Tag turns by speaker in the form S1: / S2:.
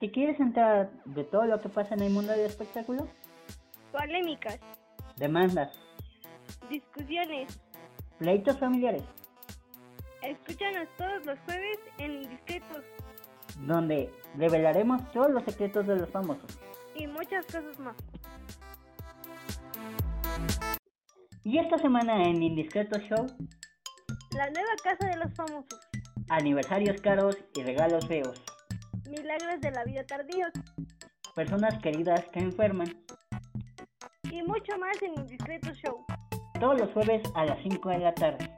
S1: ¿Te quieres enterar de todo lo que pasa en el mundo del espectáculo?
S2: Polémicas,
S1: Demandas,
S2: discusiones.
S1: pleitos familiares,
S2: Escúchanos todos los jueves en Discretos
S1: donde revelaremos todos los secretos de los famosos.
S2: y muchas cosas más.
S1: Y esta semana en Indiscreto Show,
S2: La nueva casa de los famosos.
S1: aniversarios caros y regalos feos.
S2: Milagros de la vida tardíos.
S1: Personas queridas que enferman.
S2: Y mucho más en Indiscreto Show.
S1: Todos los jueves a las 5 de la tarde.